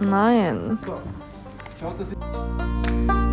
Nein. So. Schaut, dass ihr